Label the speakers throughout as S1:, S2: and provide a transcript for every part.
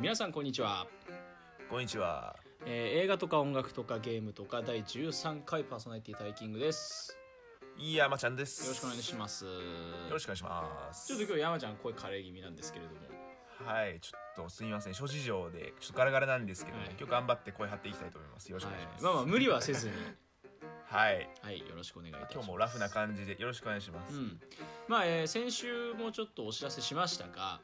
S1: 皆さんこんにちは、
S2: こんにちは。
S1: えー映画とか音楽とかゲームとか第13回パーソナリティタイキングです
S2: いい山ちゃんです。
S1: よろしくお願いし
S2: ま
S1: ます
S2: よろしくお願いします。
S1: ちょっと今日山ちゃん声枯れ気味なんですけれども
S2: はい、ちょっとすみません、諸事情でちょっとガラガラなんですけど、
S1: はい
S2: 今日頑張って声張っていきたいと思います。よろしくお願いしま
S1: はい、
S2: す。
S1: まあまあ無理はせずに
S2: はい、
S1: はいよろしくお願いいたします
S2: 今日もラフな感じでよろしくお願いします。
S1: うんまあ、えー先週もちょっとお知らせしましたが、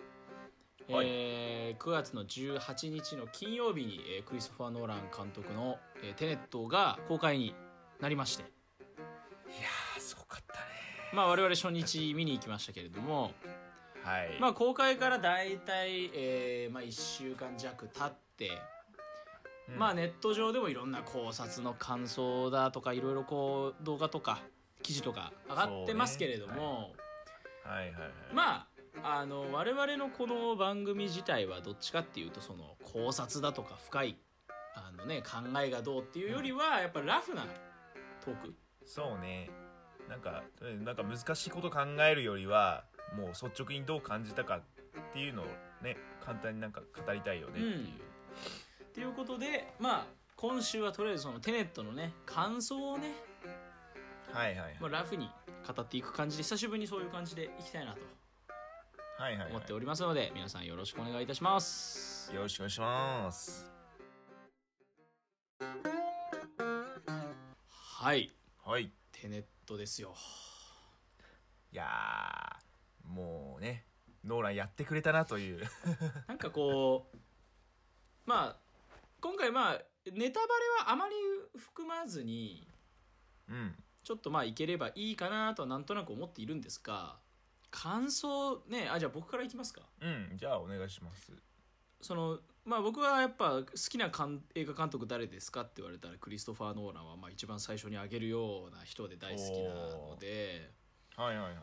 S2: はい
S1: えー9月の18日の金曜日に、えークリストファー・ノーラン監督の「えーテネット」が公開になりまして、
S2: いやー、すごかったね。
S1: まあ、我々初日見に行きましたけれども、
S2: はい。
S1: まあ、公開から大体、えーまあ、1週間弱経って。
S2: うん
S1: まあ、ネット上でもいろんな考察の感想だとかいろいろこう動画とか記事とか上がってますけれども、
S2: そうねはいはいはい。
S1: まああの我々のこの番組自体はどっちかっていうとその考察だとか深いあの、ね、考えがどうっていうよりはやっぱラフなトーク
S2: そうね。なんか、とりあえずなんか難しいこと考えるよりは、もう率直にどう感じたかっていうのをね、簡単になんか語りたいよねっていう。
S1: っていうことでまあ今週はとりあえずそのテネットのね感想をね、
S2: はいはいはい。
S1: まあ、ラフに語っていく感じで久しぶりにそういう感じでいきたいなと
S2: はいはいはい
S1: 思っておりますので、皆さんよろしくお願いいたします。
S2: よろしくお願いします。
S1: はい
S2: はい。い
S1: テネットですよ。
S2: やー、もうね、ノーランやってくれたなという。
S1: なんかこう、まあ、今回まあ、ネタバレはあまり含まずに、
S2: うん。
S1: ちょっとまあ、いければいいかなとはなんとなく思っているんですが、感想ね、あ、じゃあ僕からいきますか。
S2: うん、じゃあお願いします。
S1: その、まあ僕はやっぱ好きな監映画監督誰ですかって言われたら、クリストファー・ノーランはまあ一番最初に挙げるような人で大好きなので、
S2: はいはいはいはい。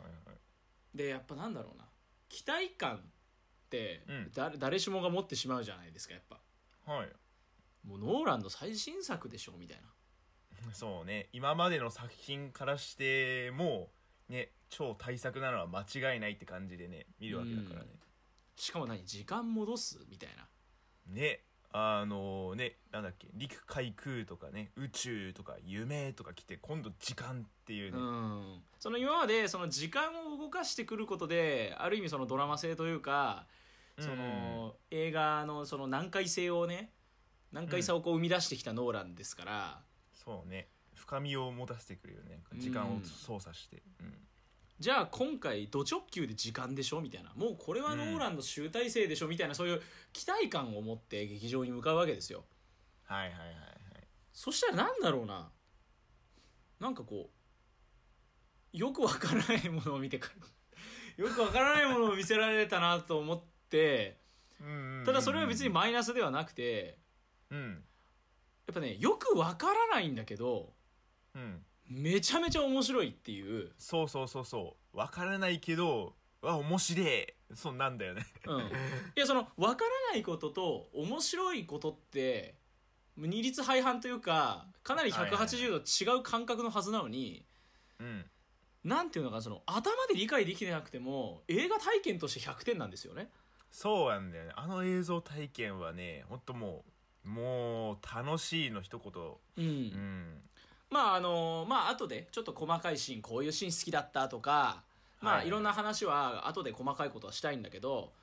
S1: で、やっぱなんだろうな、期待感って
S2: うん
S1: だ、誰しもが持ってしまうじゃないですか、やっぱ。
S2: はい。
S1: もうノーランの最新作でしょ、みたいな。
S2: そうね、今までの作品からしても、ね、超大作なのは間違いないって感じでね、見るわけだからね。
S1: しかも何時間戻すみたいな
S2: ね、あのね、なんだっけ、陸海空とかね、宇宙とか夢とか来て、今度時間っていうね。
S1: うんその今までその時間を動かしてくることである意味そのドラマ性というか
S2: うん
S1: その映画のその難解性をね難解さをこう生み出してきたノーランですから
S2: そうね、深みを持たせてくるよね。なんか時間を操作して。うん
S1: じゃあ今回ド直球で時間でしょみたいなもうこれはノーランの集大成でしょみたいなそういう期待感を持って劇場に向かうわけですよ
S2: はいはいはいはい
S1: そしたらなんだろうななんかこうよくわからないものを見てか よくわからないものを見せられたなと思って
S2: うんうんうん。
S1: ただそれは別にマイナスではなくて
S2: うん
S1: やっぱねよくわからないんだけど
S2: うん
S1: めちゃめちゃ面白いっていう、
S2: そうそうそうそうわからないけどわ面白いそうなんだよね
S1: うん、いやそのわからないことと面白いことって二律背反というかかなり180度違う感覚のはずなのに、
S2: うん
S1: なんていうのかなその頭で理解できてなくても映画体験として100点なんですよね
S2: そうなんだよねあの映像体験はねほんともうもう楽しいの一
S1: うん、
S2: 言うん
S1: まああのまあ後でちょっと細かいシーンこういうシーン好きだったとかまあ、
S2: はい
S1: い、ろんな話は後で細かいことはしたいんだけど、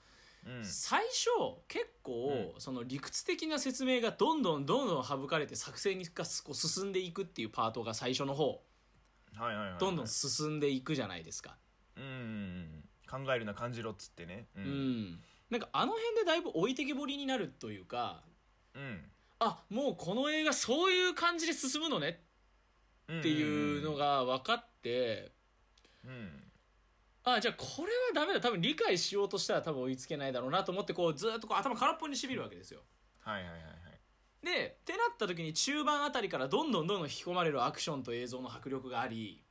S2: うん
S1: 最初結構、その理屈的な説明がどんどんどんどん省かれて作戦がこう進んでいくっていうパートが最初の方
S2: はいはいはい
S1: どんどん進んでいくじゃないですか、
S2: うんうんうん考えるな感じろっつってねう
S1: うんなんかあの辺でだいぶ置いてけぼりになるというか
S2: うん
S1: あもうこの映画そういう感じで進むのね
S2: うん
S1: っていうのが分かって、
S2: うん
S1: あじゃあこれはダメだ多分理解しようとしたら多分追いつけないだろうなと思ってこうずーっとこう頭空っぽにしびるわけですよ。
S2: はいはいはいはい
S1: でってなった時に中盤あたりからどんどんどんどん引き込まれるアクションと映像の迫力があり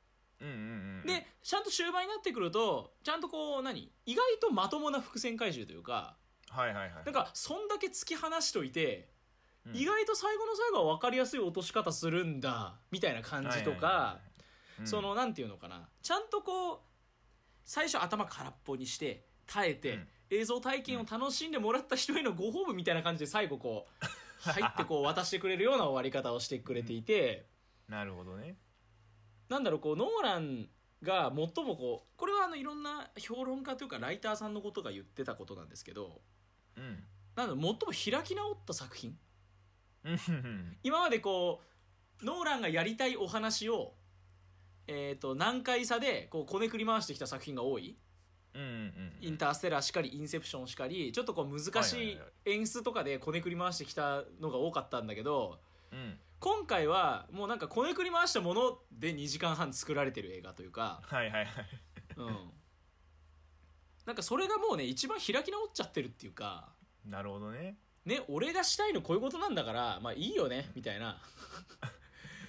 S2: うんうんうん
S1: でちゃんと終盤になってくるとちゃんとこう何意外とまともな伏線回収というか
S2: はいはいはい
S1: なんかそんだけ突き放しといて
S2: うん
S1: 意外と最後の最後は分かりやすい落とし方するんだみたいな感じと
S2: はいはい
S1: か
S2: はいはいうん
S1: そのなんていうのかなちゃんとこう最初頭空っぽにして耐えて、
S2: うん
S1: 映像体験を楽しんでもらった人へのご褒美みたいな感じで最後こ う入ってこう渡してくれるような終わり方をしてくれていて、
S2: なるほどね
S1: なんだろうこうノーランが最もこうこれはあのいろんな評論家というかライターさんのことが言ってたことなんですけど
S2: うん
S1: なんだろう最も開き直った作品
S2: うんうん
S1: 今までこうノーランがやりたいお話を、えー、と難解さでこうこねくり回してきた作品が多い
S2: うんうん
S1: インターステラーしかりインセプションしかりちょっとこう難
S2: はいは
S1: し
S2: い
S1: い
S2: はい
S1: 演出とかでこねくり回してきたのが多かったんだけど
S2: うん
S1: 今回はもうなんかこねくり回したもので2時間半作られてる映画というか、
S2: はいはいはい
S1: うん、なんかそれがもうね一番開き直っちゃってるっていうか、
S2: なるほどね
S1: ね、俺がしたいのこういうことなんだからまあいいよねみたいな。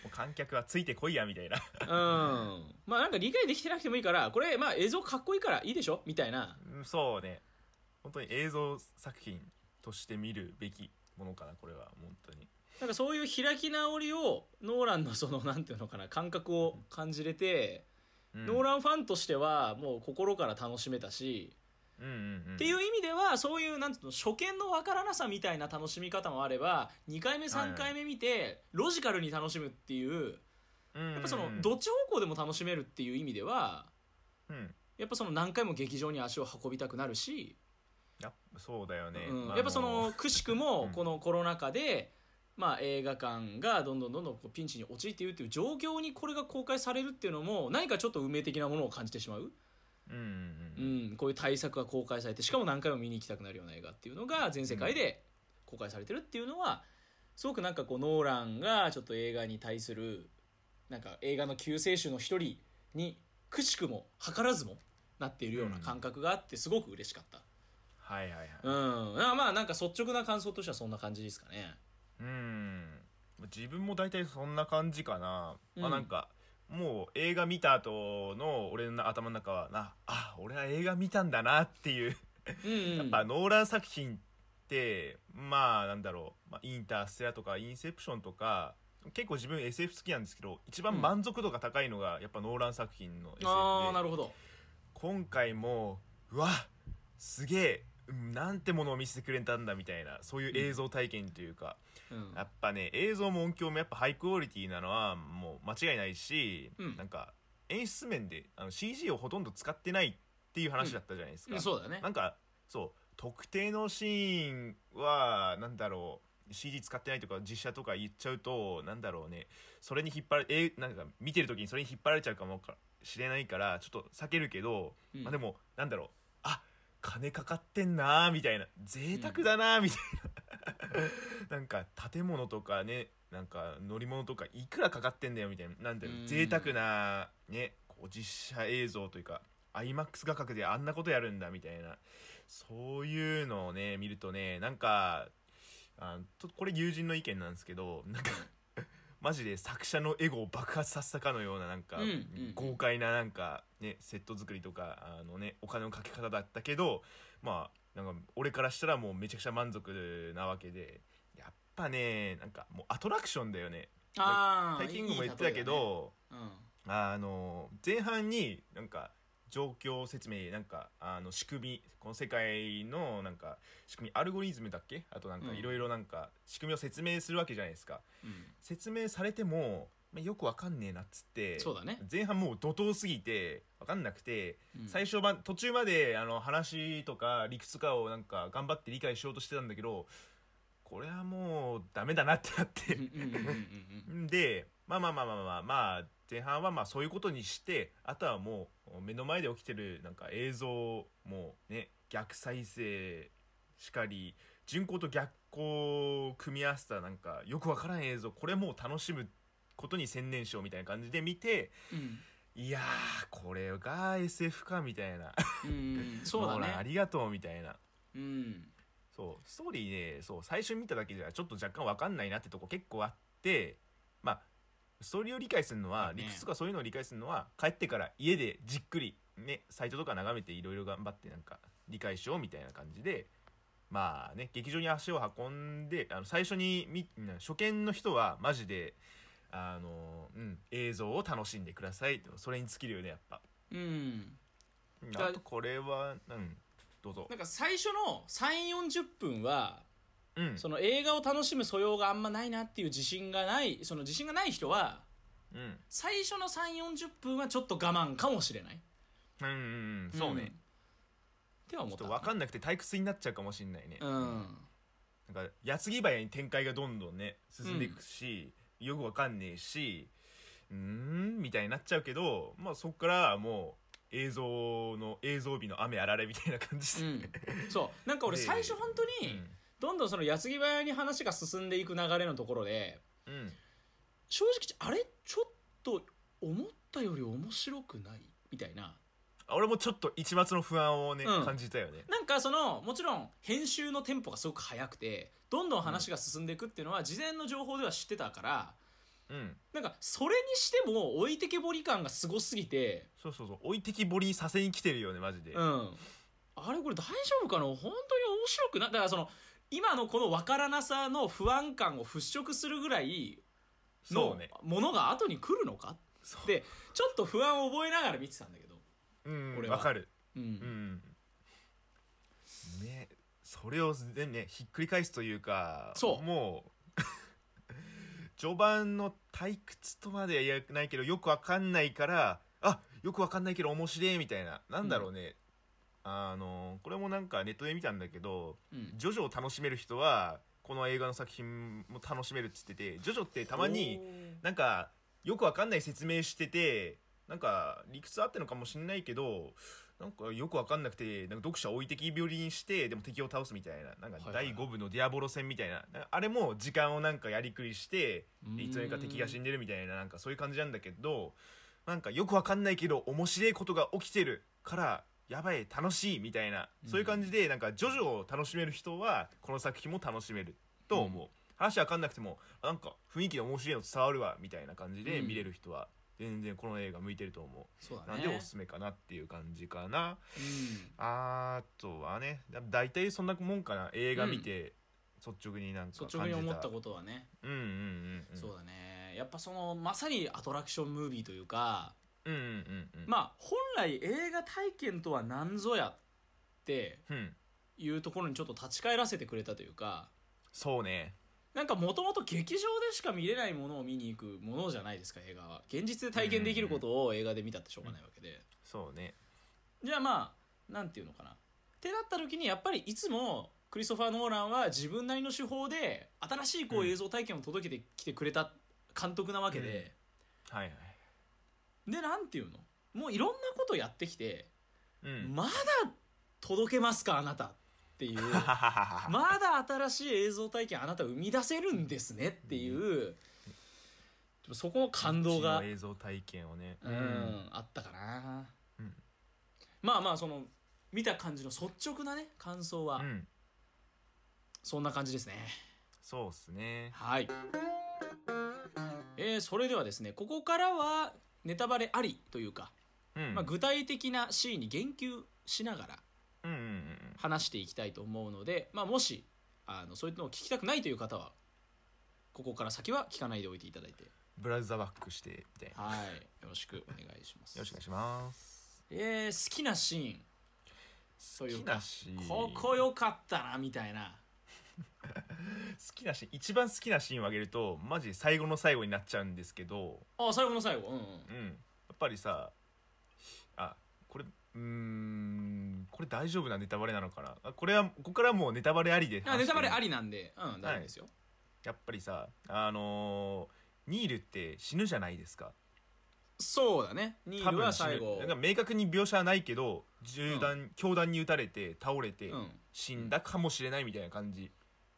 S2: もう観客はついてこいやみたいな
S1: うん、まあなんか理解できてなくてもいいからこれまあ映像かっこいいからいいでしょみたいな
S2: うんそうね本当に映像作品として見るべきものかなこれは本当に
S1: なんかそういう開き直りをノーランのそのなんていうのかな感覚を感じれて、
S2: うん
S1: ノーランファンとしてはもう心から楽しめたし、
S2: うんうんうん
S1: っていう意味ではそういうなんていうの初見のわからなさみたいな楽しみ方もあれば2回目3回目見てロジカルに楽しむっていう
S2: や
S1: やっぱそのどっち方向でも楽しめるっていう意味では
S2: うん
S1: やっぱその何回も劇場に足を運びたくなるし。
S2: やっぱそうだよね、
S1: うん
S2: まあ
S1: やっぱそ
S2: も
S1: の
S2: う
S1: くしく
S2: う
S1: も
S2: ん
S1: このコロナ禍で、まあ、映画館がどんどんどんどんこうピンチに陥っているっていう状況にこれが公開されるっていうのも何かちょっと運命的なものを感じてしまう、
S2: うんうん
S1: う
S2: うん
S1: ん、こういう対策が公開されてしかも何回も見に行きたくなるような映画っていうのが全世界で公開されてるっていうのはすごくなんかこうノーランがちょっと映画に対するなんか映画の救世主の一人にくしくも図らずもなっているような感覚があってすごく嬉しかった。
S2: はいはいはい
S1: うん、あまあなんか率直な感想としてはそんな感じですかね。
S2: うん自分も大体そんな感じかな、
S1: うん
S2: まあなんかもう映画見た後の俺の頭の中はなあ俺は映画見たんだなっていう、
S1: うん、うん、
S2: やっぱノーラン作品ってまあなんだろう、まあ、インターステラとかインセプションとか結構自分 SF 好きなんですけど一番満足度が高いのがやっぱノーラン作品の SF で、
S1: ああなるほど。
S2: 今回もうわすげえうんなんてものを見せてくれたんだみたいなそういう映像体験というか、
S1: うん
S2: やっぱね映像も音響もやっぱハイクオリティなのはもう間違いないし、
S1: うん
S2: なんか演出面であの CG をほとんど使ってないっていう話だったじゃないですか、
S1: うんそうだね
S2: な。んかそう特定のシーンはなんだろう CG 使ってないとか実写とか言っちゃうとなんだろうねそれに引っ張られえなんか見てる時にそれに引っ張られちゃうかもかしれないからちょっと避けるけど、
S1: うん
S2: まあでもなんだろうあ金かかってんなーみたいな贅沢だなーみたい な、なんか建物とかねなんか乗り物とかいくらかかってんだよみたいななんだろ
S1: うん
S2: う贅沢なねこう実写映像というか IMAX 画角であんなことやるんだみたいなそういうのをね見るとねなんかあとこれ友人の意見なんですけどなんかマジで作者のエゴを爆発させたかのようななんか、
S1: うんうん
S2: 豪快ななんか、ね、セット作りとかあの、ね、お金のかけ方だったけどまあなんか俺からしたらもうめちゃくちゃ満足なわけでやっぱねなんかもうアトラクションだよね
S1: ああ
S2: タイキングも言ってたけどあの前半になんか状況説明なんかあの仕組みこの世界のなんか仕組みアルゴリズムだっけあとなんか
S1: うん
S2: いろいろなんか仕組みを説明するわけじゃないですか、
S1: いい例えだね
S2: 説明されても、まあ、よくわかんねえなっつって
S1: うんそうだね。
S2: 前半もう怒涛すぎてわかんなくて、
S1: うん
S2: 最初ば途中まであの話とか理屈とかをなんか頑張って理解しようとしてたんだけどこれはもうダメだなってなっ
S1: う
S2: て
S1: んうんうんうんうん
S2: でまあまあまあまあまあまあ前半はまあそういうことにしてあとはもう目の前で起きてるなんか映像もうね逆再生しかり順光と逆光を組み合わせたなんかよくわからん映像これもう楽しむことに専念しようみたいな感じで見て
S1: うん
S2: いやーこれが SF かみたいな
S1: うんうんそうだ
S2: ノーランあ
S1: ね。
S2: りがとうみたいな
S1: うん
S2: そうストーリーねそう最初見ただけじゃちょっと若干わかんないなってとこ結構あってまあストーリーを理解するのは、
S1: そうね
S2: 理屈とかそういうのを理解するのは帰ってから家でじっくりねサイトとか眺めていろいろ頑張ってなんか理解しようみたいな感じでまあね劇場に足を運んであの最初に見初見の人はマジであの、うん、映像を楽しんでくださいとそれに尽きるよねやっぱ。
S1: うん
S2: うん
S1: だ
S2: あとこれはうんどうぞ
S1: なんか最初の3 4 0分は
S2: うん
S1: その映画を楽しむ素養があんまないなっていう自信がないその自信がない人は
S2: うん
S1: 最初の3 4 0分はちょっと我慢かもしれない
S2: うんうんうんそうね、
S1: んっては
S2: ちょ
S1: 思
S2: っ
S1: った
S2: と分かんなくて退屈になっちゃうかもしんないね、
S1: うん
S2: なんか矢継ぎ早に展開がどんどんね進んでいくし、よくわかんねえしうーんみたいになっちゃうけど、まあ、そっからもう映像の映像美の雨あられみたいな感じ
S1: う
S2: で、
S1: ん、そうなんか俺
S2: で
S1: 最初本当
S2: う
S1: に
S2: ん
S1: どんどんその矢継ぎ早に話が進んでいく流れのところで
S2: うん
S1: 正直あれちょっと思ったより面白くないみたいな
S2: あ俺もちょっと一抹の不安をね、
S1: うん
S2: 感じたよね
S1: なんかそのもちろん編集のテンポがすごく速くてどんどん話が進んでいくっていうのは事前の情報では知ってたから
S2: うん
S1: なんかそれにしても置いてけぼり感がすごすぎて
S2: そうそうそう置いてきぼりさせに来てるよねマジで、
S1: うんあれこれ大丈夫かな本当に面白くないだからその今のこの分からなさの不安感を払拭するぐらい
S2: そ
S1: の
S2: うね
S1: ものが後に来るのか
S2: そう
S1: でちょっと不安を覚えながら見てたんだけど、
S2: うん
S1: 俺は
S2: わかる
S1: うん
S2: うんねそれを全部ねひっくり返すというか
S1: そう
S2: もう 序盤の退屈とまではいやないけどよくわかんないからあよくわかんないけど面白いみたいななんだろうね、あのこれもなんかネットで見たんだけど
S1: うん
S2: ジョジョを楽しめる人はこの映画の作品も楽しめるっつっててジョジョってたまになんかよくわかんない説明しててなんか理屈あってのかもしれないけどなんかよくわかんなくてなんか読者を置いてきぼりにしてでも敵を倒すみたいなな
S1: は
S2: んか
S1: いはいは
S2: 第
S1: い
S2: 5部の「ディアボロ戦」みたいななんかあれも時間をなんかやりくりしてでいつの間にか敵が死んでるみたいななんかそういう感じなんだけどなんかよくわかんないけど面白いことが起きてるからやばい楽しいみたいな
S1: うん
S2: そういう感じでなんかジョジョを楽しめる人はこの作品も楽しめると思う、話わかんなくてもあなんか雰囲気で面白いの伝わるわみたいな感じで
S1: うん
S2: 見れる人は全然この映画向いてると思
S1: そう
S2: う、
S1: だ
S2: なん
S1: ね
S2: でおすすめかなっていう感じかな
S1: うん
S2: あとはねだ大体そんなもんかな映画見て率直になんか感
S1: 率
S2: じた、
S1: 直に思ったことはね、
S2: うんうんうんうん
S1: そうだねやっぱそのまさにアトラクションムービーというか、
S2: うんうんうんうん
S1: まあ本来映画体験とは何ぞやって
S2: うん
S1: いうところにちょっと立ち返らせてくれたというか
S2: そうね
S1: なんかもともと劇場でしか見れないものを見に行くものじゃないですか映画は現実で体験できることを映画で見たってしょうがないわけで、
S2: そうね
S1: じゃあまあなんていうのかなってなった時にやっぱりいつもクリストファー・ノーランは自分なりの手法で新しいこ
S2: う
S1: うん映像体験を届けてきてくれた監督なわけで、
S2: はいはい
S1: でなんていうのもういろんなことやってきて、
S2: うん
S1: まだ届けますかあなたって いうまだ新しい映像体験あなた生み出せるんですねっていう、そこの感動が
S2: 一応映像体験をね
S1: うん、あったかな、
S2: うん
S1: まあまあその見た感じの率直なね感想は
S2: うん
S1: そんな感じですね、
S2: そうっすね
S1: はい、えーそれではですねここからはネタバレありというか、
S2: うん
S1: まあ、具体的なシーンに言及しながら
S2: うんうんうん
S1: 話していきたいと思うので、まあ、もしあのそういうのを聞きたくないという方はここから先は聞かないでおいていただいて
S2: ブラウザバックしてみたいなよ
S1: はいよろしくお願いします
S2: ろしくお願いします
S1: えー好きなシーンそういう
S2: 好きなシーン
S1: ここ良かったなみたいな
S2: 好きなシーン一番好きなシーンを挙げるとマジ最後の最後になっちゃうんですけど
S1: あ最後の最後うんうん
S2: うんやっぱりさあこれうーんこれ大丈夫なネタバレなのかなあこれはここからもうネタバレありで話して
S1: あ
S2: る
S1: ネタバレありなんでうん大丈夫ですよ、
S2: やっぱりさあのーニールって死ぬじゃないですか
S1: そうだねニールは
S2: 死ぬ
S1: 最後
S2: なんか明確に描写はないけど銃弾、強弾に撃たれて倒れて、
S1: うん
S2: 死んだかもしれないみたいな感じ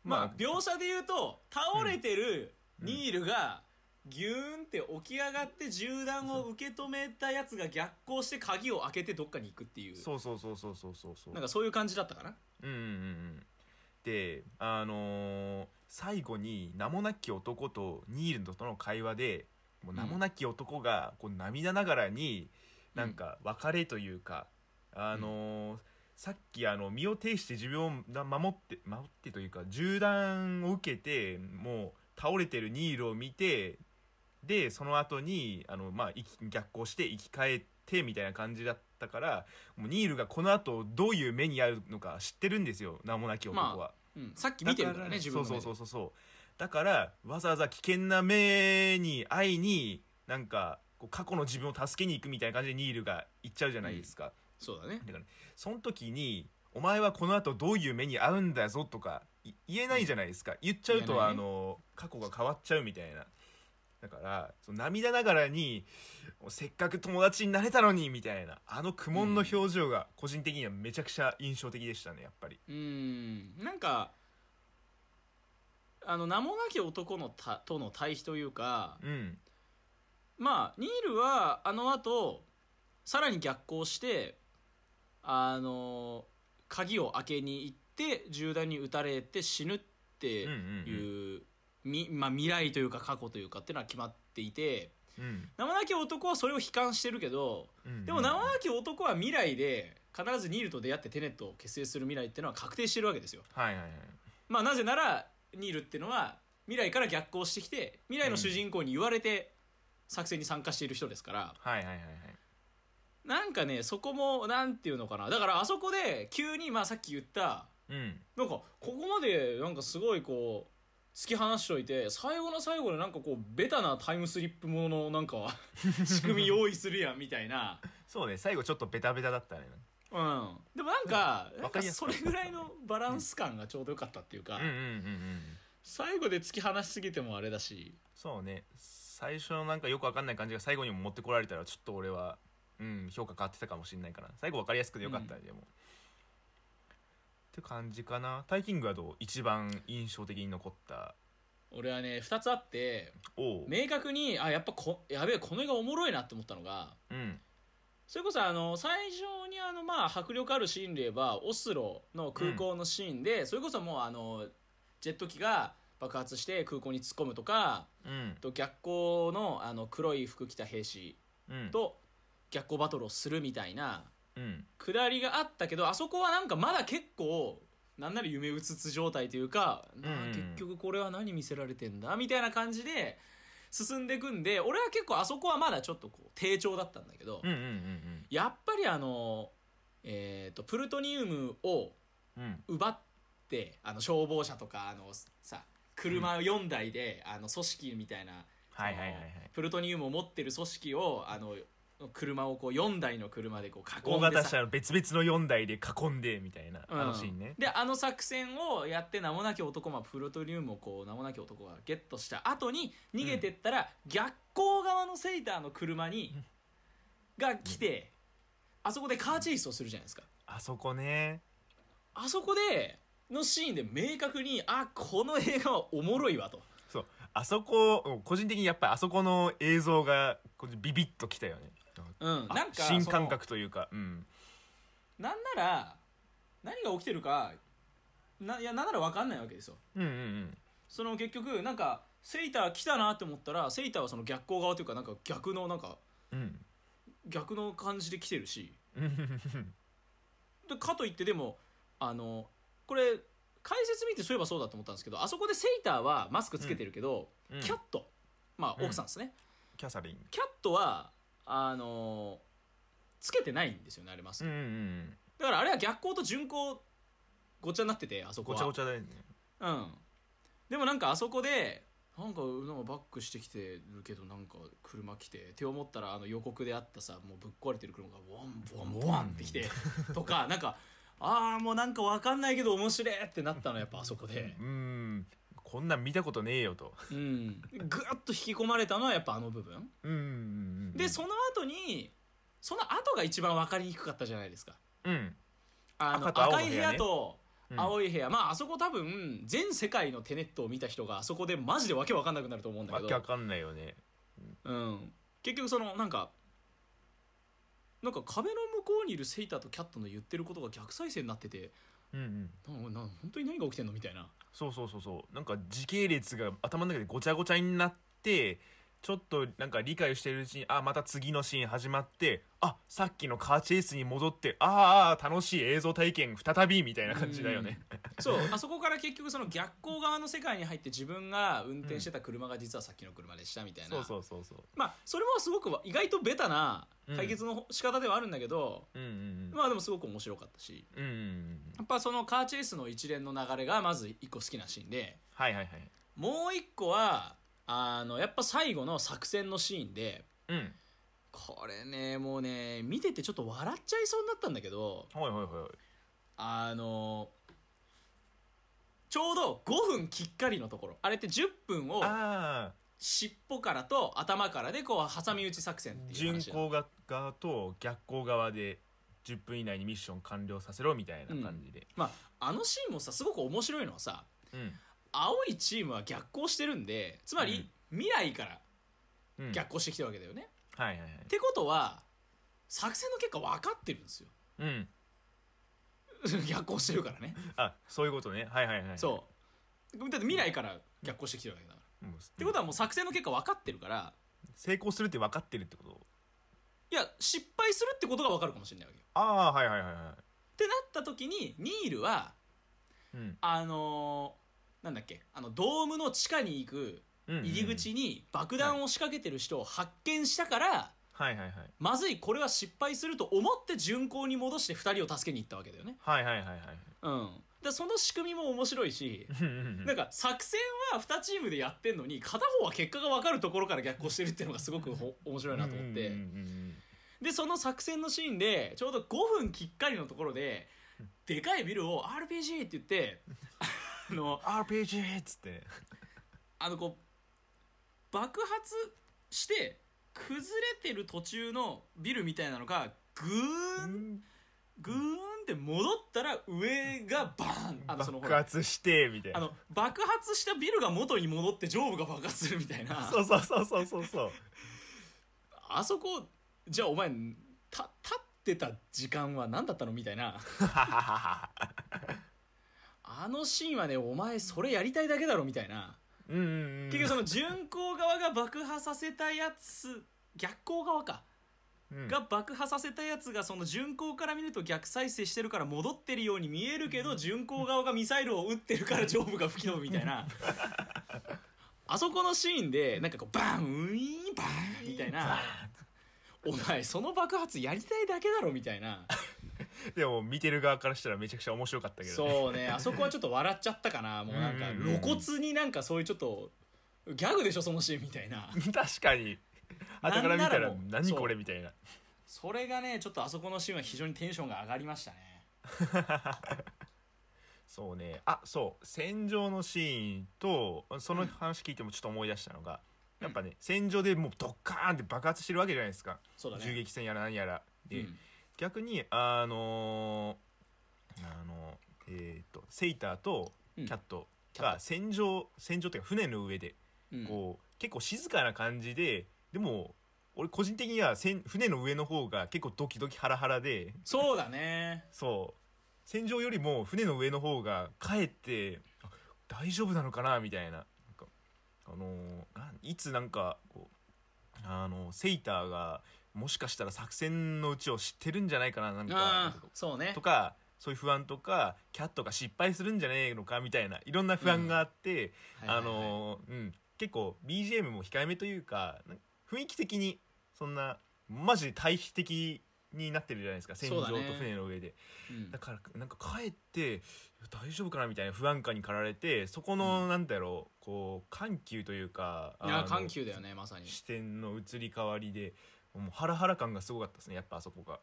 S1: まあ描写で言うと倒れてるニールがギューンって起き上がって銃弾を受け止めたやつが逆行して鍵を開けてどっかに行くっていう
S2: そうそうそうそうそうそうそう
S1: なんかそういう感じだったかな
S2: うんうんうんうんであのー最後に名もなき男とニールとの会話でもう名もなき男がこう涙ながらになんか別れというか、あのーさっきあの身を挺して自分を守って守ってというか銃弾を受けてもう倒れてるニールを見てでその後にあのまあ生き逆行して生き返ってみたいな感じだったからもうニールがこの後どういう目に遭うのか知ってるんですよ名もなき男は、
S1: まうん、さっき見てるからね自分の目
S2: そう
S1: で
S2: そうそうそうそうだからわざわざ危険な目に会いになんかこう過去の自分を助けに行くみたいな感じでニールが行っちゃうじゃないですか、
S1: そうだね
S2: その時に「お前はこの後どういう目に遭うんだぞ」とかい言えないじゃないですか、言っちゃうと、
S1: 言えないね
S2: あの過去が変わっちゃうみたいなだからその涙ながらに「せっかく友達になれたのに」みたいなあの苦悶の表情が個人的にはめちゃくちゃ印象的でしたねやっぱり。
S1: うんなんかあの名もなき男のたとの対比というか、
S2: うん
S1: まあニールはあの後さらに逆行してあの鍵を開けに行って銃弾に撃たれて死ぬって
S2: うん
S1: いうう、
S2: んうん
S1: みまあ、未来というか過去というかっていうのは決まっていて
S2: うん
S1: 名もなき男はそれを悲観してるけど
S2: うん
S1: でも名もなき男は未来で必ずニールと出会ってテネットを結成する未来っていうのは確定してるわけですよ。
S2: はいはいはい
S1: まあなぜならニールっていうのは未来から逆行してきて未来の主人公に言われて作戦に参加している人ですから、
S2: はいはいはいはい
S1: なんかねそこもなんていうのかなだからあそこで急にまあさっき言った
S2: うん
S1: なんかここまでなんかすごいこう突き放しといて最後の最後でなんかこうベタなタイムスリップもののなん か仕組み用意するやんみたいな
S2: そうね最後ちょっとベタベタだったね
S1: うんでもなんか,、
S2: うん
S1: な
S2: わ
S1: ん
S2: か
S1: か
S2: りやす
S1: そ
S2: かった
S1: れぐらいのバランス感がちょうどよかったっていうか、
S2: うんうんうんうん
S1: 最後で突き放しすぎてもあれだし
S2: そうね最初のなんかよくわかんない感じが最後にも持ってこられたらちょっと俺はうん評価変わってたかもしれないから最後わかりやすくてよかった、でもって感じかなタイキングはどう一番印象的に残った
S1: 俺はね2つあって
S2: おう、
S1: 明確にあやっぱこやべえこの映画おもろいなって思ったのが
S2: うん
S1: それこそあの最初にあのまあ迫力あるシーンで言えばオスロの空港のシーンで、それこそもうあのジェット機が爆発して空港に突っ込むとか
S2: うん
S1: と逆光のあの黒い服着た兵士
S2: うん
S1: と逆光バトルをするみたいな
S2: うん
S1: くだりがあったけどあそこはなんかまだ結構なんなら夢うつつ状態というか、なあ
S2: うん
S1: 結局これは何見せられてんだみたいな感じで進んでいくんで俺は結構あそこはまだちょっとこう低調だったんだけど、
S2: うんうんうん
S1: やっぱりあの、えー、とプルトニウムを
S2: うんうん
S1: 奪ってあの消防車とかあのさ車4台で、あの組織みたいな
S2: はいはいはいはい
S1: プルトニウムを持ってる組織をあの車をこう4台の車でこう囲んで
S2: 大型
S1: さ
S2: 車の別々の4台で囲んでみたいな、
S1: うん
S2: あのシーンね
S1: であの作戦をやって名もなき男まあプルトニウムをこう名もなき男がゲットした後に逃げてったら、逆光側のセイターの車に
S2: うん
S1: が来て、あそこでカーチェイスをするじゃないですか
S2: あそこね
S1: あそこでのシーンで明確にあこの映画はおもろいわと
S2: あそこ個人的にやっぱりあそこの映像がこうビビッときたよね
S1: うん
S2: あ
S1: なんか
S2: 新
S1: その
S2: 感覚というかうん
S1: なんなら何が起きてるかないやなんなら分かんないわけですよ
S2: うんうん
S1: その結局なんかセイター来たなって思ったらセイターはその逆光側というかなんか逆のなんか
S2: うんうん
S1: 逆の感じで来てるし
S2: うんうん
S1: でかといってでもあのこれ解説見てそういえばそうだと思ったんですけどあそこでセイターはマスクつけてるけど、
S2: うん
S1: キャットまあ
S2: うん
S1: 奥さんですね、
S2: キャサリン
S1: キャットはあのつけてないんですよねあれマス
S2: う
S1: ク、
S2: んうんうん
S1: だからあれは逆光と順光ごっちゃになっててあそこ
S2: ご
S1: は
S2: ちゃごちゃだよね
S1: うんでもなんかあそこでなんかなんかバックしてきてるけどなんか車来てって思ったらあの予告であったさもうぶっ壊れてる車がワンワンワンってきてとかなんかああもうなんかわかんないけど面白いってなったのやっぱあそこで
S2: うんこんなん見たことねえよと
S1: うんぐっと引き込まれたのはやっぱあの部分
S2: うんうんうん
S1: でその後にその後が一番わかりにくかったじゃないですか
S2: うん
S1: あの
S2: 赤と青の
S1: 赤
S2: 部屋
S1: い部
S2: ね
S1: 屋と
S2: うん
S1: 青い部屋、まああそこ多分全世界のテネットを見た人があそこでマジでわけわかんなくなると思うんだ
S2: わ
S1: け
S2: けわ
S1: ど、
S2: かんないよね
S1: うん、結局そのなんかなんか壁の向こうにいるセイターとキャットの言ってることが逆再生になってて
S2: うんうん
S1: なな本当に何が起きてんのみたいな
S2: そうそうそうそうなんか時系列が頭の中でごちゃごちゃになってちょっとなんか理解してるうちにあまた次のシーン始まってあさっきのカーチェイスに戻ってあーあー楽しい映像体験再びみたいな感じだよね。
S1: そうあそこから結局その逆光側の世界に入って自分が運転してた車が実はさっきの車でしたみたいな、
S2: そうそうそうそう。
S1: まあそれもすごく意外とベタな解決の仕方ではあるんだけど、
S2: うんうん
S1: まあでもすごく面白かったし
S2: うん。うんうんうん。
S1: やっぱそのカーチェイスの一連の流れがまず一個好きなシーンで
S2: はいはいはい。
S1: もう一個はあのやっぱ最後の作戦のシーンで
S2: うん。
S1: これねもうね見ててちょっと笑っちゃいそうになったんだけど
S2: はいはいはい。
S1: あのちょうど5分きっかりのところあれって10分を
S2: ああ
S1: 尻尾からと頭からでこう挟み撃ち作戦っていう
S2: 巡
S1: 話
S2: 航側と逆光側で10分以内にミッション完了させろみたいな感じで。
S1: まああのシーンもさすごく面白いのはさ
S2: うん。
S1: 青いチームは逆行してるんでつまり、未来から
S2: うん、
S1: 逆行してきてるわけだよね、
S2: はいはいはい。
S1: ってことは作戦の結果分かってるんですよ
S2: うん。
S1: 逆行してるからね
S2: あそういうことね。はいはいはい。
S1: そうだって未来から逆行してきてるわけだから、
S2: うん。っ
S1: ってことはもう作戦の結果分かってるから
S2: 成功するって分かってるってこと
S1: いや失敗するってことが分かるかもしれないわけよ
S2: ああはいはいはいは。
S1: ってなった時にニールはい
S2: うん。
S1: あのーなんだっけあのドームの地下に行く
S2: うんうんうん
S1: 入り口に爆弾を仕掛けてる人を発見したから、
S2: はいはいはい
S1: まずいこれは失敗すると思って巡航に戻して2人を助けに行ったわけだよね
S2: はいはいはいはい
S1: うんでその仕組みも面白いし
S2: うんうんうん
S1: なんか作戦は2チームでやってんのに片方は結果が分かるところから逆行してるっていうのがすごくほ面白いなと思って、
S2: うんうんうん
S1: でその作戦のシーンでちょうど5分きっかりのところででかいビルを RPG って言ってあの
S2: うん RPG っつってね
S1: あのこう爆発して崩れてる途中のビルみたいなのがグーングーンって戻ったら上がバー ンあのそのほ
S2: 爆
S1: ら
S2: 発してみたい
S1: あ
S2: な
S1: の爆発したビルが元に戻って上部が爆発するみたい な
S2: そうそうそうそうそうそう
S1: あそこじゃあお前た立ってた時間は何だったのみたいなあのシーンはねお前それやりたいだけだろみたいな
S2: うんうんうん
S1: 結局その巡航側が爆破させたやつ逆光側か
S2: うん
S1: が爆破させたやつがその巡航から見ると逆再生してるから戻ってるように見えるけど巡航側がミサイルを撃ってるから上部が吹き飛ぶみたいなあそこのシーンでなんかこうバーンウィーンバーンみたいなお前その爆発やりたいだけだろみたいな
S2: でも見てる側からしたらめちゃくちゃ面白かったけどね
S1: そうねあそこはちょっと笑っちゃったかなもうなんか
S2: うんうんう
S1: 露
S2: ん
S1: 骨になんかそういうちょっとギャグでしょそのシーンみたいな
S2: 確かに後から見
S1: な
S2: たら
S1: んならもう
S2: 何これ
S1: そ
S2: みたいな
S1: それがねちょっとあそこのシーンは非常にテンションが上がりましたね
S2: そうねあそう戦場のシーンとその話聞いてもちょっと思い出したのが、
S1: うん
S2: やっぱね戦場でもうドッカーンって爆発してるわけじゃないですか、
S1: そうだね
S2: 銃撃戦やら何やらで、
S1: うん
S2: 逆にあのーあのえっ、とセイターと
S1: う
S2: キ
S1: ん
S2: ャット
S1: キャッ
S2: が戦場、戦場っていうか船の上で
S1: うん
S2: こう結構静かな感じででも俺個人的には戦船の上の方が結構ドキドキハラハラで
S1: そうだね
S2: そう戦場よりも船の上の方がかえってあ大丈夫なのかなみたいななんかあのーなんいつなんかこうあのセイターがもしかしたら作戦のうちを知ってるんじゃないかななん
S1: あ
S2: か
S1: あそうね
S2: とかそういう不安とかキャットが失敗するんじゃねえのかみたいないろんな不安があって、あのーうん結構 BGM も控えめというかなんか雰囲気的にそんなマジで対比的になってるじゃないですか戦
S1: そう
S2: 場
S1: だ
S2: と
S1: ね
S2: 船の上で
S1: うん
S2: だからなんか帰って大丈夫かなみたいな不安感に駆られてそこの、
S1: う
S2: なんだろうこう緩急というか
S1: いや
S2: あの
S1: 緩急だよねまさに
S2: 視点の移り変わりでもうハラハラ感がすごかったですねやっぱあそこが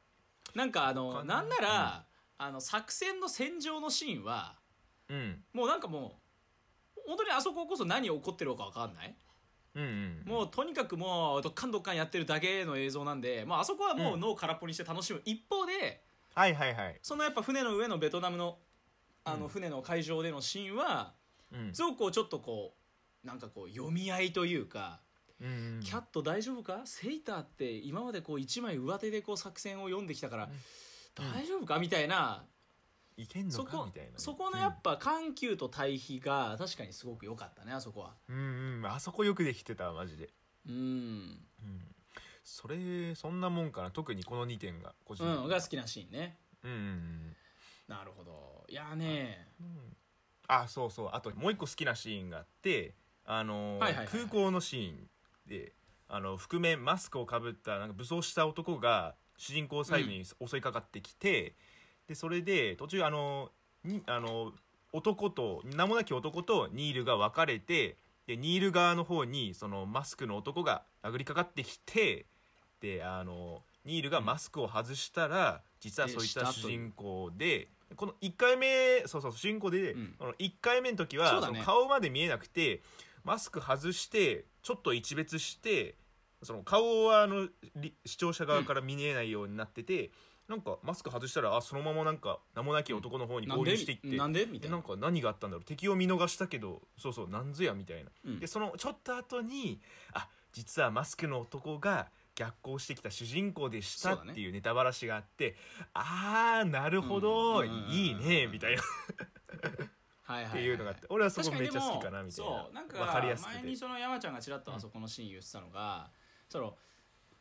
S1: なんかあ
S2: 他
S1: の
S2: に
S1: なんなら、あの作戦の戦場のシーンは
S2: うん
S1: もうなんかもう本当にあそここそ何起こってるのか分かんない、
S2: うんうん
S1: もうとにかくもうドッカンドッカンやってるだけの映像なんで、まあ、あそこはもう
S2: うん
S1: 脳を空っぽにして楽しむ一方で
S2: はいはいはい、
S1: そのやっぱ船の上のベトナムのあ
S2: う
S1: の
S2: ん
S1: 船の海上でのシーンは
S2: うん
S1: すごくこうちょっとこうなんかこう読み合いというか
S2: うんうん
S1: キャット大丈夫かセイターって今までこう一枚上手でこう作戦を読んできたから、
S2: うん
S1: 大丈夫かみたいな、
S2: いけんの
S1: そ
S2: か
S1: こ
S2: みたいなね
S1: そこのやっぱ緩急と対比が確かにすごく良かったねあそこは。
S2: うんうんうんあそこよくできてたマジで
S1: うん、
S2: うん、それそんなもんかな特にこの2点が個人的に
S1: うん、が好きなシーンね
S2: うんうん
S1: なるほどいやーね
S2: うんうんあそうそうあともう一個好きなシーンがあってあ
S1: はい
S2: のー
S1: はいはいはい
S2: 空港のシーンであの覆面マスクをかぶったなんか武装した男が主人公サイドに襲いかかってきて、でそれで途中あのにあの男と名もなき男とニールが別れてでニール側の方にそのマスクの男が殴りかかってきてであのニールがマスクを外したら、実はそういっ
S1: でし
S2: た
S1: た
S2: 主
S1: という
S2: 人公でこの1回目そうそう主人公で、
S1: うん
S2: この1回目の時
S1: そ
S2: は
S1: うだね
S2: その顔まで見えなくてマスク外してちょっと一別してその顔はあのり視聴者側から見えないようになってて、なんかマスク外したらあそのままなんか名もなき男の方に
S1: なん
S2: 合
S1: で
S2: 流していって、
S1: なんでみた
S2: え
S1: い
S2: な
S1: なん
S2: か何があったんだろう敵を見逃したけどそうそうなんぞやみたいな。
S1: うん
S2: でそのちょっと後にあ実はマスクの男が逆行してきた主人公でした
S1: そうだね
S2: っていうネタばらしがあって、あーなるほど、
S1: うんうんうんうん
S2: いいねみたいなっ
S1: はいはいは
S2: て
S1: い
S2: いうのがあって俺はそこ
S1: 確か
S2: め
S1: に
S2: っ
S1: で
S2: ちゃ
S1: も
S2: 好きかなみたいな
S1: そうなんか
S2: わかりやすくて
S1: 前にその山ちゃんがちらっとあそこのシーン言ってたのが、その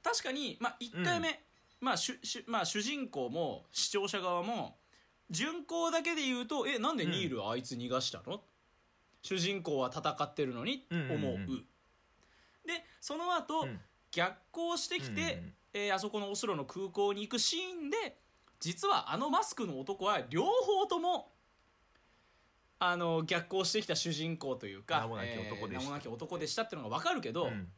S1: 確かに、まあ、1回目、まあしゅしゅまあ、主人公も視聴者側も順行だけで言うと「えなんでニールあいつ逃がしたの主人公は戦ってるのに
S2: うんうんうん
S1: 思う。でその後、
S2: うん
S1: 逆行してきて、
S2: うん
S1: えーあそこのオスロの空港に行くシーンで実はあのマスクの男は両方ともあの逆行してきた主人公というか
S2: 名もなき男で
S1: え
S2: した
S1: ー名もなき男でしたっていうのが分かるけど、
S2: うんうん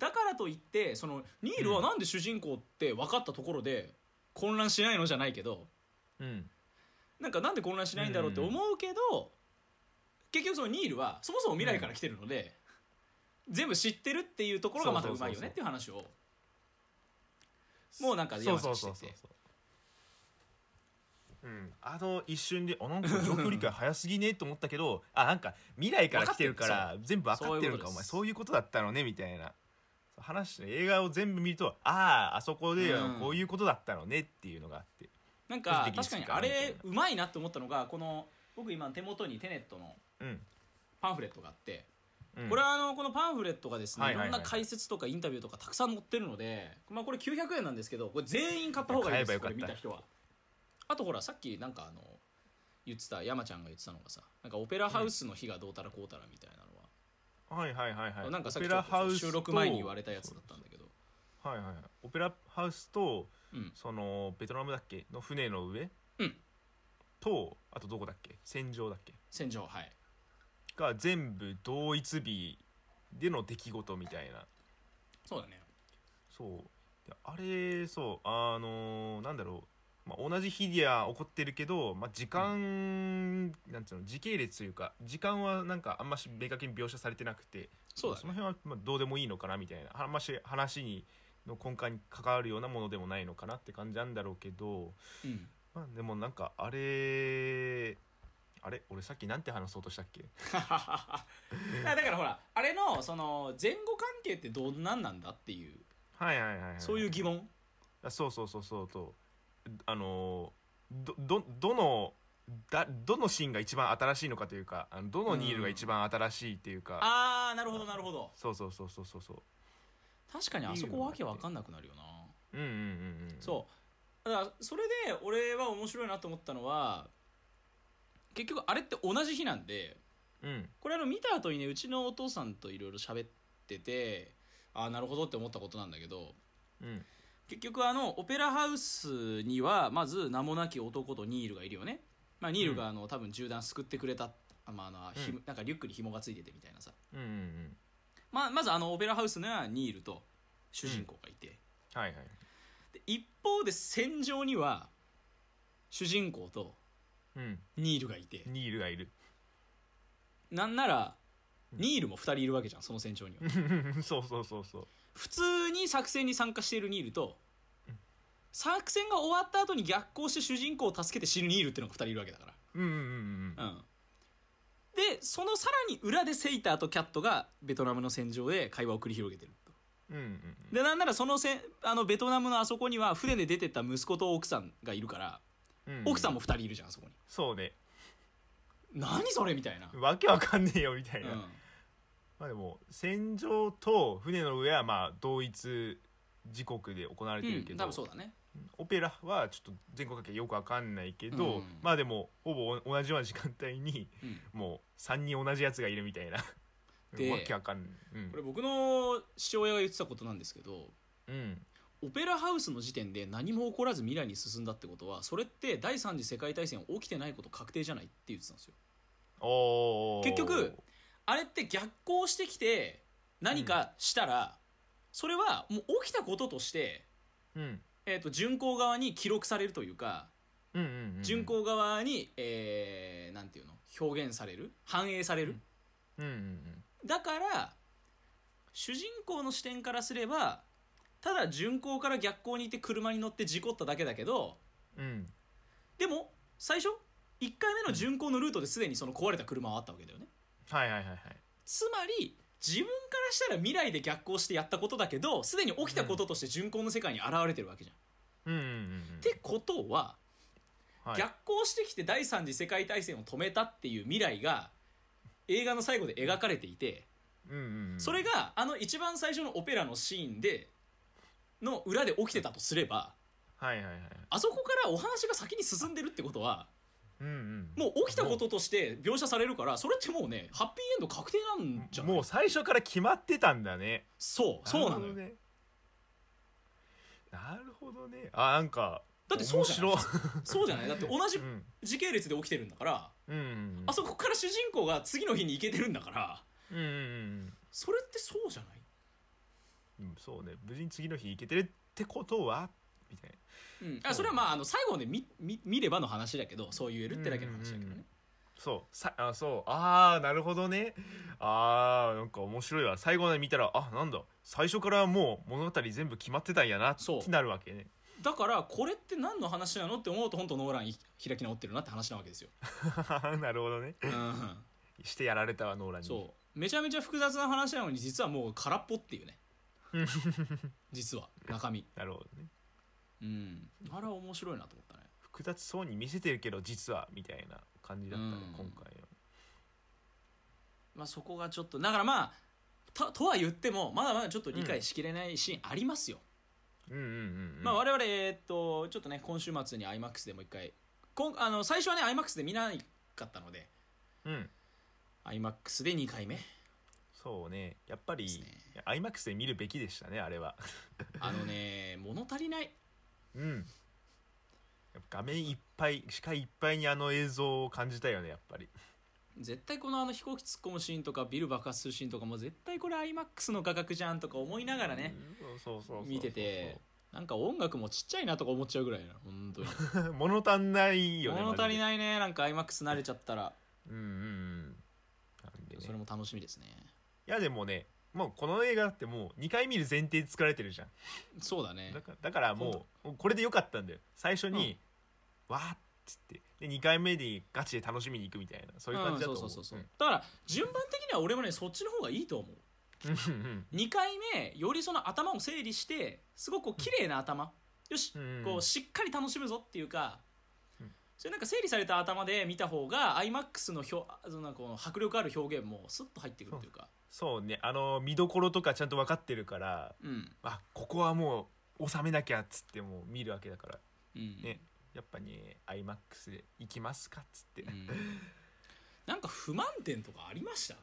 S1: だからといってそのニールはなんで主人公って分かったところで混乱しないのじゃないけど
S2: うん
S1: なんかなんで混乱しないんだろうって思うけど、結局そのニールはそもそも未来から来てるので、全部知ってるっていうところがまたうまいよねっていう話をもうなんか
S2: そ
S1: 山
S2: う
S1: ちゃ
S2: そ
S1: ん
S2: う
S1: して
S2: そう
S1: て
S2: そううん、あの一瞬であなんか状況理解早すぎねと思ったけどあなんか未来から来てるから全部分かってるのか
S1: そういうことです
S2: お前そういうことだったのねみたいな話して映画を全部見るとあああそこで
S1: うん
S2: こういうことだったのねっていうのがあって、
S1: なんか
S2: 個人
S1: 確
S2: 的
S1: か
S2: に
S1: に
S2: 好きかな
S1: あ
S2: みたい
S1: れ
S2: な
S1: うまいなって思ったのがこの僕今手元にテネットの
S2: うん
S1: パンフレットがあって、
S2: うん
S1: これはあのこのパンフレットがですね、
S2: はい
S1: い
S2: はいはい
S1: ろんな解説とかインタビューとかたくさん載ってるので、まあ、これ900円なんですけどこれ全員買った方がいいです
S2: 買えばよかった
S1: これ見た人はあとほらさっきなんかあの言ってた山ちゃんが言ってたのがさなんかオペラハウスの日がどうたらこうたらみたいなのは、
S2: はいはいはいはい
S1: なんかさっ
S2: オ
S1: き
S2: ペ
S1: ちょ
S2: ラ
S1: っ
S2: ハウ
S1: と
S2: スと
S1: 収録前に言われたやつだったんだけど
S2: はいはいはいオペラハウスと
S1: うん
S2: そのベトナムだっけの船の上、
S1: うん
S2: とあとどこだっけ戦場だっけ
S1: 戦場はい
S2: が全部同一日での出来事みたいな
S1: そうだね
S2: そうであれそうあのーなんだろう、まあ、同じ日には起こってるけど、まあ、時間、なんつうの時系列というか時間はなんかあんまし明確に描写されてなくて
S1: そうだ
S2: の
S1: ね
S2: 辺はまあどうでもいいのかなみたいなあんまし話にの根幹に関わるようなものでもないのかなって感じなんだろうけど、
S1: うん
S2: まあ、でもなんかあれあれ俺さっきなんて話そうとしたっけ
S1: いやだからほらあれのその前後関係ってどんなんなんだっていう
S2: はいはいはい、はい、
S1: そういう疑問
S2: あそうそうそうそうそうあのーどどどのだどのシーンが一番新しいのかというかあのどのニールが一番新しいっていうか、
S1: ああなるほどなるほど
S2: そうそうそうそうそうそ
S1: 確かにあそ
S2: いい
S1: こ
S2: よ
S1: わけわかんなくなるよな
S2: ううんうんうんうん
S1: そうだからそれで俺は面白いなと思ったのは結局あれって同じ日なんで
S2: うん
S1: これあの見た後にねうちのお父さんといろいろ喋っててああなるほどって思ったことなんだけど
S2: うん
S1: 結局あのオペラハウスにはまず名もなき男とニールがいるよね、まあ、ニールがあの、多分銃弾救ってくれた、あまあ、あのひ
S2: うん
S1: なんかリュックに紐がついててみたいなさ、
S2: うんうんうん
S1: まあ、まずあのオペラハウスにはニールと主人公がいて、
S2: はいはい
S1: で一方で戦場には主人公と
S2: うん
S1: ニールがいて
S2: ニールがいる
S1: なんなら
S2: うん
S1: ニールも2人いるわけじゃんその戦場には
S2: そうそうそうそう
S1: 普通に作戦に参加しているニールと
S2: うん
S1: 作戦が終わった後に逆行して主人公を助けて死ぬニールっていうのが2人いるわけだか
S2: うんうんうんう
S1: ら
S2: ん
S1: うんでそのさらに裏でセイターとキャットがベトナムの戦場で会話を繰り広げてると
S2: うんうんうん
S1: でなんならそのせんあのベトナムのあそこには船で出てった息子と奥さんがいるから
S2: うんうん
S1: 奥さんも2人いるじゃんあそこに
S2: そうね
S1: 何それみたいな
S2: わけわかんねえよみたいな、
S1: うん
S2: まあでも戦場と船の上はまあ同一時刻で行われてるけ
S1: うん、
S2: ど、
S1: 多分そうだね
S2: オペラはちょっと全国各地よくわかんないけど、
S1: うん
S2: まあでもほぼお同じような時間帯に
S1: うん
S2: もう3人同じやつがいるみたいな
S1: で
S2: わけわかんない、うん
S1: これ僕の父親が言ってたことなんですけど
S2: うん
S1: オペラハウスの時点で何も起こらず未来に進んだってことはそれって第三次世界大戦起きてないこと確定じゃないって言ってたんですよ
S2: おー
S1: 結局あれって逆行してきて何かしたら、それはもう起きたこととして、
S2: うん
S1: えー、と巡航側に記録されるというか
S2: うんうんうん
S1: 巡航側に、えーなんていうの表現される反映される、
S2: うんうんうん
S1: だから主人公の視点からすればただ巡航から逆行にいて車に乗って事故っただけだけど
S2: うん
S1: でも最初1回目の巡航のルートですでにその壊れた車はあったわけだよね
S2: はいはいはいはい
S1: つまり自分からしたら未来で逆行してやったことだけどすでに起きたこととして巡航の世界に現れてるわけじゃん。
S2: うんうんうんうん
S1: ってことは、
S2: はい
S1: 逆行してきて第三次世界大戦を止めたっていう未来が映画の最後で描かれていて、
S2: うんうんうん
S1: それがあの一番最初のオペラのシーンでの裏で起きてたとすれば
S2: はいはいはい
S1: あそこからお話が先に進んでるってことは
S2: うんうん
S1: もう起きたこととして描写されるからそれってもうねハッピーエンド確定なんじゃない
S2: もう最初から決まってたんだね
S1: そうそうなのよ、
S2: るほどねなるほどねあなんか
S1: だってそうじゃない
S2: 面 白
S1: そうじゃないだって同じ
S2: うん
S1: 時系列で起きてるんだから、
S2: うんうん
S1: あそこから主人公が次の日に行けてるんだから
S2: うんうんうん
S1: それってそうじゃない
S2: うんそうね無事に次の日行けてるってことはみたいな
S1: うん、あそれはまああの最後まで見見見ればの話だけどそう言えるってだけの話だけど
S2: うんうんう
S1: ね
S2: んそうさあそうあーなるほどねあーなんか面白いわ最後まで見たらあなんだ最初からもう物語全部決まってたんやなっ
S1: そう
S2: てなるわけね
S1: だからこれって何の話なのって思うと本当ノーラン開き直ってるなって話なわけですよ、
S2: なるほどね
S1: うん、
S2: してやられたわノーランに
S1: そうめちゃめちゃ複雑な話なのに実はもう空っぽっていうね実は中身
S2: なるほどね
S1: うんあれは面白いなと思ったね
S2: 複雑そうに見せてるけど実はみたいな感じだったね、
S1: うん
S2: 今回は
S1: まあそこがちょっとだからまあたとは言ってもまだまだちょっと理解しきれないシーンありますよ、
S2: うんうんうんうん
S1: まあ我々、えーっと、ちょっとね、今週末に IMAX でもう一回、こんあの最初はね、IMAX で見なかったので、
S2: うん、
S1: IMAX で2回 目。
S2: そうねやっぱり、
S1: ですね
S2: IMAX で見るべきでしたねあれは
S1: あのね、物足りない。
S2: うんやっぱ画面いっぱい視界いっぱいにあの映像を感じたよねやっぱり
S1: 絶対このあの飛行機突っ込むシーンとか、ビル爆発するシーンとかも、絶対これ IMAX の画角じゃんとか思いながらね、
S2: うんそうそうそうそう
S1: 見てて、なんか音楽もちっちゃいなとか思っちゃうぐらいな、本当に。
S2: 物足んないよね
S1: 物足り
S2: い
S1: ないね、なんか IMAX 慣れちゃったら、
S2: うんうんうんなんでね
S1: それも楽しみですね。
S2: いやでもねもうこの映画ってもう2回見る前提で作られてるじゃん
S1: そうだね
S2: だ。からだからも
S1: 本
S2: うもうこれでよかったんだよ最初に、わーっつってで2回目でガチで楽しみに行くみたいなそういう感じだと
S1: ん
S2: 思う、、
S1: そううんそうそうそう。だから、順番的には俺もね、そっちの方がいいと思う。
S2: うんうん
S1: 2回目よりその頭を整理してすごくこう綺麗な頭よし
S2: うんうん
S1: こうしっかり楽しむぞっていうか
S2: うん
S1: それなんか整理された頭で見た方が IMAX の表そのなんかこの迫力ある表現もスッと入ってくるというか
S2: そうねあの見どころとかちゃんと分かってるから
S1: うん
S2: あここはもう収めなきゃっつってもう見るわけだから
S1: うん
S2: ねやっぱね iMAX で行きますかっつって、
S1: う
S2: っ
S1: んなんか不満点とかありました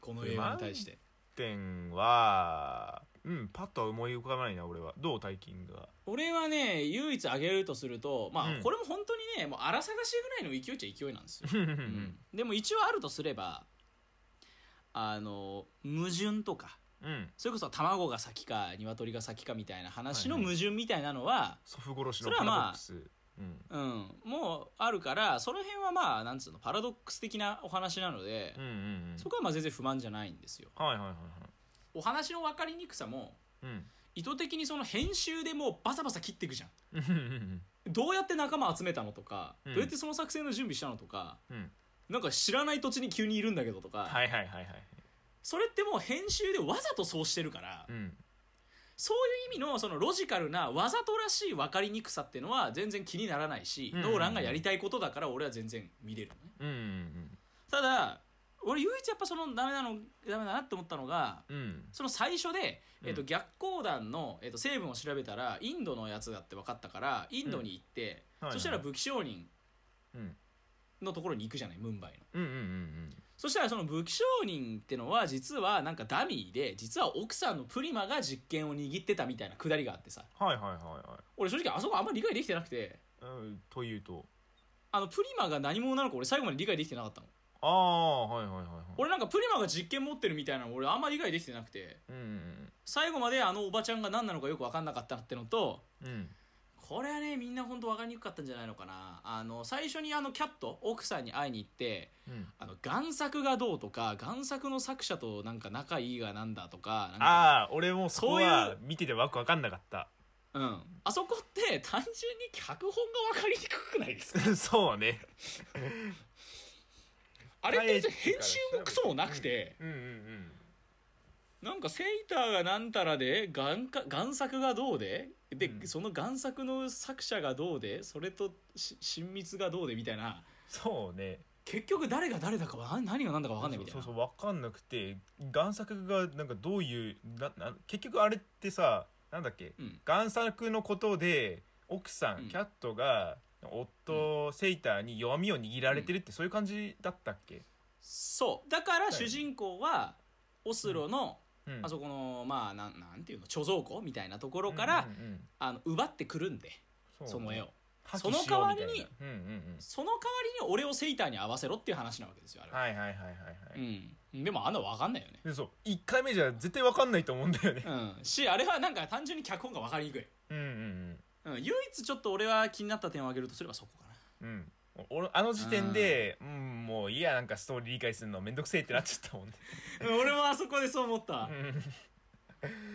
S1: この映画に対して
S2: てんはうんパッとは思い浮かばないな俺はどう大金が
S1: 俺はね唯一挙げるとするとま
S2: う
S1: あ
S2: ん
S1: これも本当にねもう荒探しぐらいの勢いっちゃ勢いなんですよ
S2: うん
S1: でも一応あるとすればあの矛盾とか
S2: うん
S1: それこそ卵が先か鶏が先かみたいな話の
S2: はいは
S1: 矛
S2: い
S1: 盾みたいなのは、
S2: 祖父殺し
S1: そ
S2: の
S1: れは
S2: パ
S1: まあ
S2: ラドックス、うん
S1: うん、もうあるからその辺はまあなんつうのパラドックス的なお話なので、
S2: うんうんうん
S1: そこはまあ全然不満じゃないんですよ。
S2: はいはいはいはい
S1: お話の分かりにくさも
S2: うん
S1: 意図的にその編集でもうバサバサ切っていくじゃん。
S2: うん うん
S1: どうやって仲間集めたのとか、
S2: うん
S1: どうやってその作戦の準備したのとか
S2: うんうん
S1: なんか知らない土地に急にいるんだけどとか、
S2: はいはいはいはい
S1: それってもう編集でわざとそうしてるから。
S2: うん
S1: そういう意味のそのロジカルなわざとらしい分かりにくさっていうのは全然気にならないし、
S2: うん
S1: ノーランがやりたいことだから俺は全然見れるのね
S2: うんうん
S1: ただ俺唯一やっぱそのダメなのダメだなって思ったのが
S2: うん
S1: その最初で、えっと
S2: うん
S1: 逆光弾の、えっと成分を調べたらインドのやつだって分かったからインドに行って、
S2: はいはい
S1: そしたら武器商人
S2: うん
S1: のところに行くじゃないムンバイの。
S2: うんうんうん
S1: そしたらその武器商人ってのは実はなんかダミーで実は奥さんのプリマが実権を握ってたみたいなくだりがあってさ
S2: うんはいはいはいはい
S1: 俺正直あそこあんまり理解できてなくて
S2: うんというと
S1: あのプリマが何者なのか俺最後まで理解できてなかったの
S2: ああはいはいはいはい
S1: 俺なんかプリマが実権持ってるみたいなの俺あんまり理解できてなくて
S2: うんうん
S1: 最後まであのおばちゃんが何なのかよく分かんなかったってのと
S2: うんうん
S1: これはねみんな本当分かりにくかったんじゃないのかなあの最初にあのキャット奥さんに会いに行って
S2: うん
S1: あの贋作がどうとか贋作の作者となんか仲いいがなんだとかなんか
S2: ああ俺もそこ
S1: そうい
S2: は
S1: う
S2: 見ててわくわかんなかった
S1: うん、あそこって単純に脚本が分かりにくくないですか
S2: そうね
S1: あれって別に編集もクソもなくて
S2: うんうんうん
S1: なんかセイターがなんたらで贋か贋作がどうでで、
S2: うん
S1: その贋作の作者がどうでそれとし親密がどうでみたいな
S2: そうね
S1: 結局誰が誰だかわ何が何だか分かんないみたいな
S2: そうそう分かんなくて贋作がなんかどういうなな結局あれってさなんだっけ
S1: うん
S2: 贋作のことで奥さん、
S1: うん
S2: キャットが夫、セイターに弱みを握られてるって、そういう感じだったっけ、
S1: そうだから主人公はオスロの、
S2: うん、
S1: あそこのまあなんなんていうの貯蔵庫みたいなところ
S2: こ
S1: から、あの奪ってくるんでその絵をその代わりに、
S2: うんうんうん、
S1: その代わりに俺をセイターに合わせろっていう話なわけですよあれは、
S2: はいはいはいはいはい、
S1: うん、でもあんな分かんないよね
S2: でそう1回目じゃ絶対分かんないと思うんだよね
S1: うんしあれはなんか単純に脚本が分かりにくい、
S2: うんうん
S1: うん、唯一ちょっと俺は気になった点を挙げるとすればそこかな
S2: うんうん俺あの時点で、うん、もういいやなんかストーリー理解するのめんどくせえってなっちゃったもんね
S1: うん俺も あそこでそう思った
S2: うん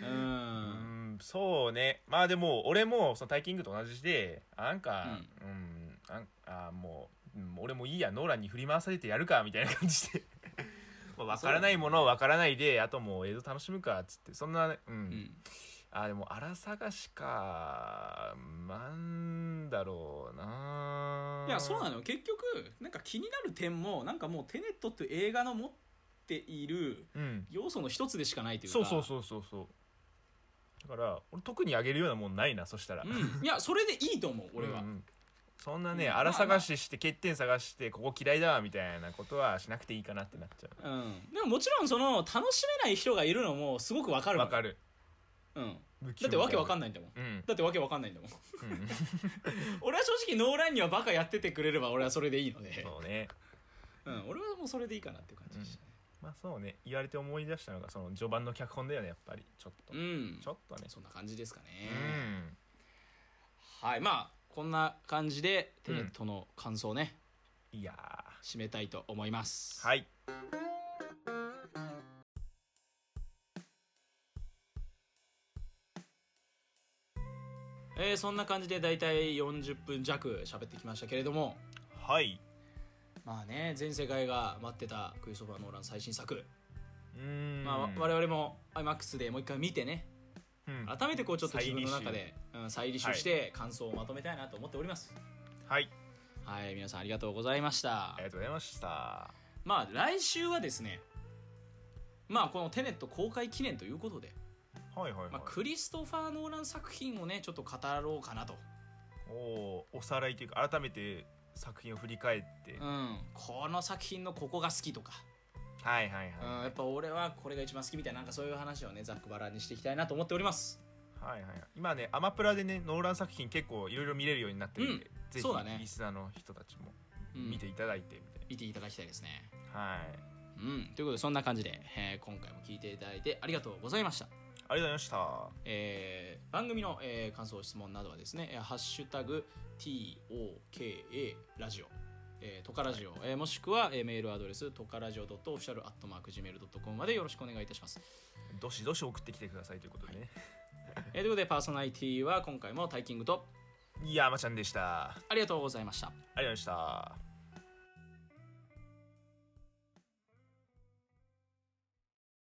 S1: うん、
S2: うんそうねまあでも俺もそのタイキングと同じであなんかうん、ああもう、うん俺もいいやノーランに振り回されてやるかみたいな感じで まあ分からないものは分からないであともう映像楽しむかっつってそんなねうん、
S1: うん
S2: あでも荒探しかなんだろうない
S1: やそうな
S2: の
S1: のよ結局なんか気になる点もなんかもうテネットっていう映画の持っている
S2: うん
S1: 要素の一つでしかないというか
S2: そうそうそうそうそうだから俺特にあげるようなもんないなそしたら、
S1: うん、いやそれでいいと思う俺は、
S2: うんうんそんなね
S1: うん
S2: 荒、探しして欠点探してここ嫌いだわみたいなことはしなくていいかなってなっちゃ
S1: うん、でももちろんその楽しめない人がいるのもすごくわか
S2: う
S1: る
S2: わか
S1: る、う
S2: る
S1: ん、だってわけわかんないんだもん
S2: うんうん
S1: だってわけわかんないんだもん 俺は正直ノーランにはバカやっててくれれば俺はそれでいいので、
S2: そうね
S1: うん、俺はもうそれでいいかなっていう感じでしたね
S2: まあそうね言われて思い出したのがその序盤の脚本だよねやっぱりちょっと、
S1: うん、
S2: ちょっとね
S1: そんな感じですかね、
S2: うん
S1: はいまあこんな感じでテネットの感想をね、
S2: いや
S1: 締めたいと思います
S2: ーはい
S1: えーそんな感じで大体40分弱喋ってきましたけれども
S2: はい
S1: まあね全世界が待ってたクイソバーノーラン最新作、
S2: うん
S1: まあ、わ我々も IMAX でもう一回見てね
S2: うん
S1: 改めてこうちょっと自分の中
S2: 再
S1: でうん再履修して感想をまとめたいなと思っております
S2: はい
S1: はい、皆さんありがとうございました
S2: ありがとうございました
S1: まあ来週はですねまあこのテネット公開記念ということで、
S2: はいはいはい、
S1: まあ、クリストファー・ノーラン作品をねちょっと語ろうかなと
S2: おーおさらいというか改めて作品を振り返って、
S1: う
S2: はい
S1: んこの作品のここが好きとか
S2: はいはい、
S1: うんやっぱ俺はこれが一番好きみたいななんかそういう話をねざっくばらんにしていきたいなと思っております
S2: はいはいはい、今ねアマプラでねノーラン作品結構いろいろ見れるようになってるんで、ぜ
S1: そうだね
S2: ひリスナーの人たちも
S1: うん
S2: 見ていただいてみたい
S1: 見ていただきたいですね
S2: な、はい
S1: うんということでそんな感じで、えー今回も聞いていただいてありがとうございました
S2: ありがとうございました
S1: えー番組の、えー感想質問などはですねえー「ハッシュタグ #TOKA ラジオ」えートカラジオ、えーもしくは、えーメールアドレストカラジオ .official.gmail.com までよろしくお願いいたします、
S2: どしどし送ってきてくださいということでね、
S1: えーということでパーソナリティは今回もタイキングと
S2: い、やまちゃんでしたあ
S1: ありがとうございました
S2: りがとうございました